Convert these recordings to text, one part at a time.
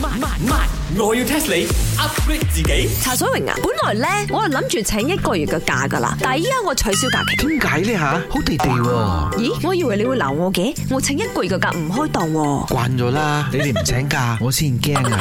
慢慢慢，我要 test 你 upgrade 自己。茶水榮啊，本來咧我係諗住請一個月嘅假噶啦，但係依家我取消假期。點解呢？吓？好地地喎，咦，我以為你會鬧我嘅，我請一個月嘅假唔開檔喎。慣咗啦，你哋唔請 假，我先驚啊，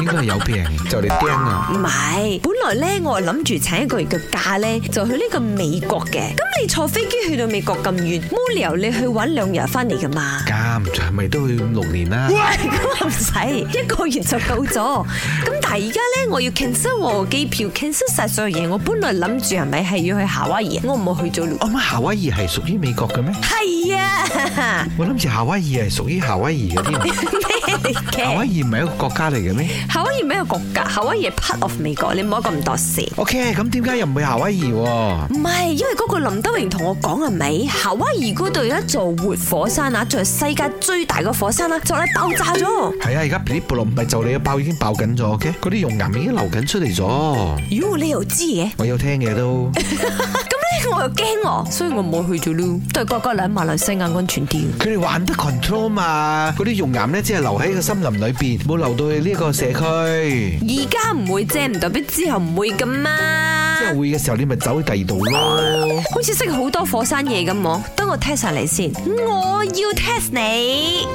應該係有病就嚟釘啊！唔係，本來咧我係諗住請一個月嘅假咧，就去呢個美國嘅。咁你坐飛機去到美國咁遠，冇理由你去玩兩日翻嚟噶嘛？咁係咪都去六年啦？咁啊唔使，一個月就夠咗。咁但係而家咧，我要 cancel 我機票，cancel 晒所有嘢。我本來諗住係咪係要去夏威夷，我唔會去咗嘞。我哦乜夏威夷係屬於美國嘅咩？係啊，我諗住夏威夷係屬於夏威夷 嘅 添。咩嚟夏嘅？威夷唔係一個國家嚟嘅咩夏威夷咩國家？夏威夷係 part of 美國，你唔好咁多事。 ？OK，咁點解又唔去夏威夷喎？唔係，因為嗰個林德榮同我講係咪？夏威夷嗰度有一座活火山啊，仲係世界最大嘅火山啊，就嚟爆炸咗。係啊，而家啲部落唔係就你爆已經爆緊咗嘅，嗰啲熔岩已經流緊出嚟咗。妖，你又知嘅？我有聽嘅都，啊咁咧我又驚喎，所以我冇去咗咯。都係嗰個兩馬來西亞安全啲。佢哋玩得 control 嘛，嗰啲熔岩咧只係留喺個森林裏邊，冇流到去呢個社區。而家唔會啫，唔代表之後唔會噶嘛即。係會嘅時候，你咪走去第二度咯。好似識好多火山嘢咁喎，等我 test 下你先。我要 test 你。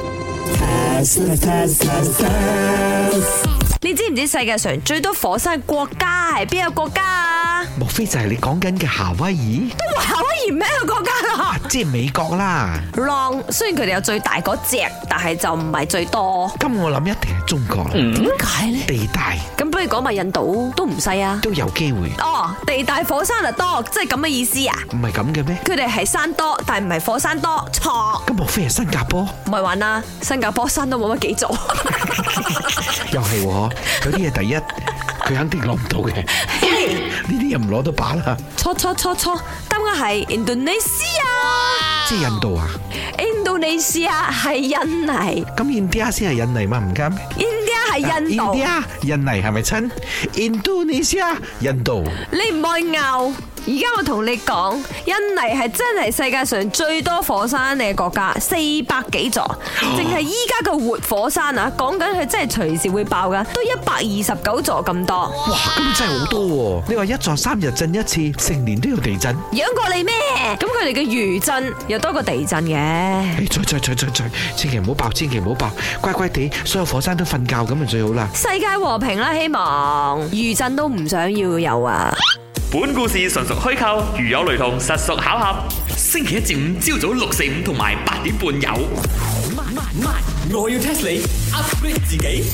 你知唔知世界上最多火山嘅國家係邊個國家 啊？莫非就係你講緊嘅夏威夷？夏威夷咩個國家啊啊，即係美國啦。 ？Wrong，雖然佢哋有最大嗰隻，但係就唔係最多。咁我諗一定係中國啦，點解呢？地大咁不如講埋印度都唔細啊。都有機會，哦，地大火山就多，即係咁嘅意思啊？唔係咁嘅咩？佢哋係山多，但唔係火山多，錯。咁莫非係新加坡？唔係玩啦，新加坡山都冇乜幾座， 又係喎，有啲嘢第一佢肯定攞唔到嘅，呢啲又唔攞得把啦。錯錯錯錯，答案係 Indonesia。即係印度啊，印度尼西亞係印尼咁印度先係印尼嘛，唔啱咩？ ，India 係印度，啊，印尼係咪親？印度尼西亞，印度。你唔愛拗。而家我同你講，印尼係真係世界上最多火山嘅國家，四百幾座，淨係依家嘅活火山啊，講緊佢真係隨時會爆噶，都一百二十九座咁多，哇，咁真係好多喎！你話一座三日震一次，成年都有地震。養過你咩？咁佢哋嘅餘震又多過地震嘅。誒，再再再再再，千祈唔好爆，千祈唔好爆，乖乖地，所有火山都瞓覺咁就最好啦。世界和平啦，希望餘震都唔想要有啊！本故事純屬虛構，如有雷同，實屬巧合。星期一至五朝早六四五同埋八點半有。慢慢慢，我要 test 你 upgrade 自己。